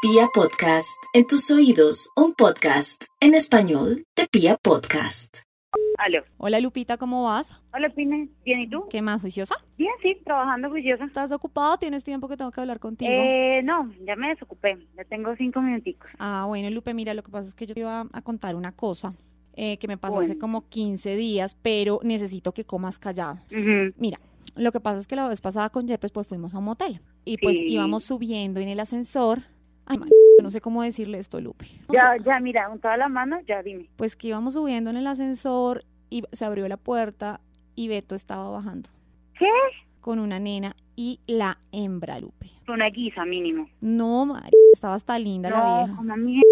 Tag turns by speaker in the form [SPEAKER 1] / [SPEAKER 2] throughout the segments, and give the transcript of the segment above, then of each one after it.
[SPEAKER 1] Pia Podcast, en tus oídos, un podcast en español de Pia Podcast.
[SPEAKER 2] Aló.
[SPEAKER 3] Hola Lupita, ¿cómo vas?
[SPEAKER 2] Hola, Pine. ¿Bien y tú?
[SPEAKER 3] ¿Qué más, juiciosa?
[SPEAKER 2] Bien, sí, trabajando juiciosa.
[SPEAKER 3] ¿Estás ocupado? ¿Tienes tiempo que tengo que hablar contigo?
[SPEAKER 2] Eh, no, ya me desocupé. Ya tengo cinco minuticos.
[SPEAKER 3] Ah, bueno, Lupe, mira, lo que pasa es que yo te iba a contar una cosa eh, que me pasó hace
[SPEAKER 2] Bueno.
[SPEAKER 3] como 15 días, pero necesito que comas callado.
[SPEAKER 2] Ujú.
[SPEAKER 3] Mira, lo que pasa es que la vez pasada con Yepes pues fuimos a un motel y pues
[SPEAKER 2] Sí.
[SPEAKER 3] íbamos subiendo en el ascensor. Ay, man, yo no sé cómo decirle esto, Lupe. No sé.
[SPEAKER 2] Ya, ya, mira, con toda la mano, ya dime.
[SPEAKER 3] Pues que íbamos subiendo en el ascensor y se abrió la puerta y Beto estaba bajando
[SPEAKER 2] ¿Qué?
[SPEAKER 3] con una nena y la hembra, Lupe.
[SPEAKER 2] Una guisa mínimo.
[SPEAKER 3] No, María, estaba hasta linda la
[SPEAKER 2] No,
[SPEAKER 3] vieja.
[SPEAKER 2] como mierda,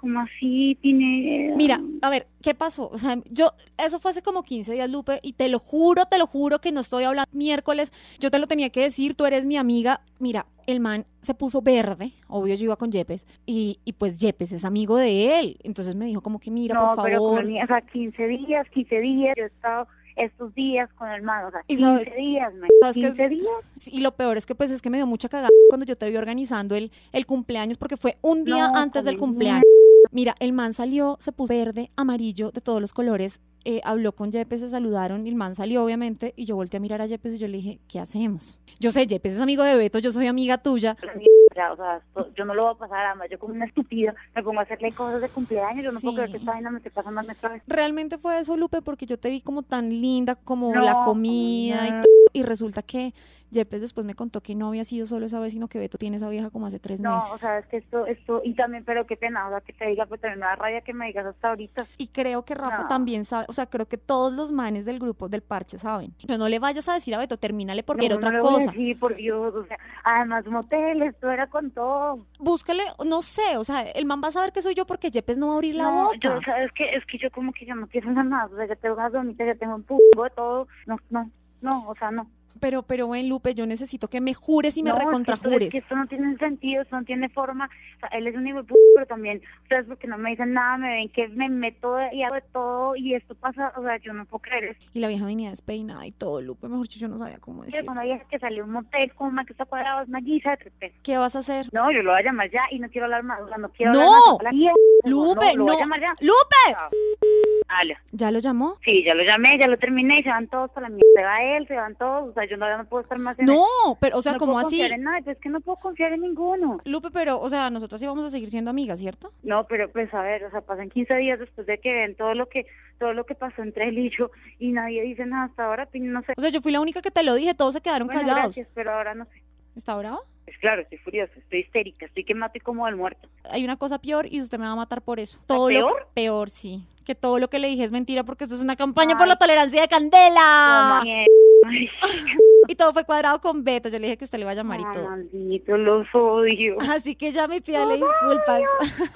[SPEAKER 2] como así, Pine.
[SPEAKER 3] Mira, a ver, ¿qué pasó? O sea, yo, eso fue hace como 15 días, Lupe, y te lo juro, te lo juro que no estoy hablando miércoles. Yo te lo tenía que decir, tú eres mi amiga. Mira, el man se puso verde, obvio yo iba con Yepes, y, y pues Yepes es amigo de él. Entonces me dijo como que, mira,
[SPEAKER 2] No,
[SPEAKER 3] por
[SPEAKER 2] pero
[SPEAKER 3] favor.
[SPEAKER 2] con el- o sea, 15 días, 15 días. Yo he estado estos días con el man, o sea,
[SPEAKER 3] ¿Y
[SPEAKER 2] 15
[SPEAKER 3] sabes-
[SPEAKER 2] días, man.
[SPEAKER 3] sabes qué es-
[SPEAKER 2] 15 días.
[SPEAKER 3] Y lo peor es que pues es que me dio mucha cagada cuando yo te vi organizando el, el cumpleaños, porque fue un día
[SPEAKER 2] No,
[SPEAKER 3] antes del
[SPEAKER 2] come
[SPEAKER 3] cumpleaños. Mira, el man salió, se puso verde, amarillo, de todos los colores. eh, habló con Yepes, se saludaron, y el man salió obviamente, y yo volteé a mirar a Yepes y yo le dije, ¿qué hacemos? Yo sé, Yepes es amigo de Beto, yo soy amiga tuya.
[SPEAKER 2] la mierda, O sea, esto- yo no lo voy a pasar, además, yo como una estúpida me pongo a hacerle cosas de cumpleaños, yo no puedo
[SPEAKER 3] Sí.
[SPEAKER 2] creer que esta vaina me esté pasando a mi otra vez.
[SPEAKER 3] Realmente fue eso, Lupe, porque yo te vi como tan linda, como
[SPEAKER 2] No,
[SPEAKER 3] la comida y
[SPEAKER 2] no.
[SPEAKER 3] todo. Y resulta que Yepes después me contó que no había sido solo esa vez, sino que Beto tiene esa vieja como hace tres
[SPEAKER 2] No,
[SPEAKER 3] meses.
[SPEAKER 2] o sea, es que esto, esto, y también, pero qué pena, o sea, que te diga, pues también me da rabia que me digas hasta ahorita.
[SPEAKER 3] Y creo que Rafa
[SPEAKER 2] No.
[SPEAKER 3] también sabe, o sea, creo que todos los manes del grupo del parche saben. Entonces no le vayas a decir a Beto, termínale porque era
[SPEAKER 2] No, no
[SPEAKER 3] otra
[SPEAKER 2] le voy a
[SPEAKER 3] cosa.
[SPEAKER 2] decir, por Dios, o sea, además motel, esto era con todo.
[SPEAKER 3] Búscale, no sé, o sea, el man va a saber que soy yo porque Yepes no va a abrir la
[SPEAKER 2] no,
[SPEAKER 3] boca.
[SPEAKER 2] yo, o sea, es que, es que yo como que ya no quiero nada más, o sea, ya tengo las donitas, ya tengo un p*** de todo, no, no, no, o sea, no.
[SPEAKER 3] Pero, pero, ven, Lupe, yo necesito que me jures y me
[SPEAKER 2] no, es que esto-
[SPEAKER 3] recontrajures.
[SPEAKER 2] Es que esto no tiene sentido, esto no tiene forma, o sea, él es un hijo de p***, pero también, ustedes porque no me dicen nada, me ven que me meto y hago de todo, y esto pasa, o sea, yo no puedo creer esto.
[SPEAKER 3] Y la vieja venía despeinada y todo, Lupe, mejor dicho, yo no sabía cómo
[SPEAKER 2] Mira,
[SPEAKER 3] decir.
[SPEAKER 2] Cuando dije que salió un motel con una que está cuadrada, es una guisa de tres pesos.
[SPEAKER 3] ¿Qué vas a hacer?
[SPEAKER 2] No, yo lo voy a llamar ya y no quiero hablar más. O sea, no quiero
[SPEAKER 3] ¡No!
[SPEAKER 2] hablar más. con la mierda.
[SPEAKER 3] Lupe,
[SPEAKER 2] no, lo voy
[SPEAKER 3] no.
[SPEAKER 2] a llamar ya.
[SPEAKER 3] ¡Lupe!
[SPEAKER 2] Aló.
[SPEAKER 3] ¿Ya lo llamó?
[SPEAKER 2] Sí, ya lo llamé, ya lo terminé y se van todos para la mierda. Se va él, se van todos. O sea, yo no, ya no puedo estar más en
[SPEAKER 3] No,
[SPEAKER 2] esto.
[SPEAKER 3] pero, o sea,
[SPEAKER 2] no
[SPEAKER 3] como
[SPEAKER 2] puedo
[SPEAKER 3] así?
[SPEAKER 2] confiar en nadie, pues es que no puedo confiar en ninguno.
[SPEAKER 3] Lupe, pero, o sea, nosotros sí vamos a seguir siendo amigas, ¿cierto?
[SPEAKER 2] No, pero pues a ver, o sea, pasan 15 días después de que ven todo lo que todo lo que pasó entre él y yo y nadie dice nada hasta ahora, pues, no sé.
[SPEAKER 3] O sea, yo fui la única que te lo dije, todos se quedaron
[SPEAKER 2] Bueno,
[SPEAKER 3] callados.
[SPEAKER 2] gracias, pero ahora no sé.
[SPEAKER 3] ¿Está bravo?
[SPEAKER 2] Pues claro, estoy furiosa, estoy histérica, estoy que mato y como al muerto.
[SPEAKER 3] hay una cosa peor y usted me va a matar por eso. Todo lo-
[SPEAKER 2] ¿Peor?
[SPEAKER 3] peor, sí. Que todo lo que le dije es mentira porque esto es una campaña por
[SPEAKER 2] Ay.
[SPEAKER 3] la tolerancia de Candela.
[SPEAKER 2] Toma, mierda. Ay.
[SPEAKER 3] y todo fue cuadrado con Beto. Yo le dije que usted le iba a llamar y
[SPEAKER 2] Ah,
[SPEAKER 3] todo.
[SPEAKER 2] maldito, los odio.
[SPEAKER 3] Así que ya me pídale disculpas.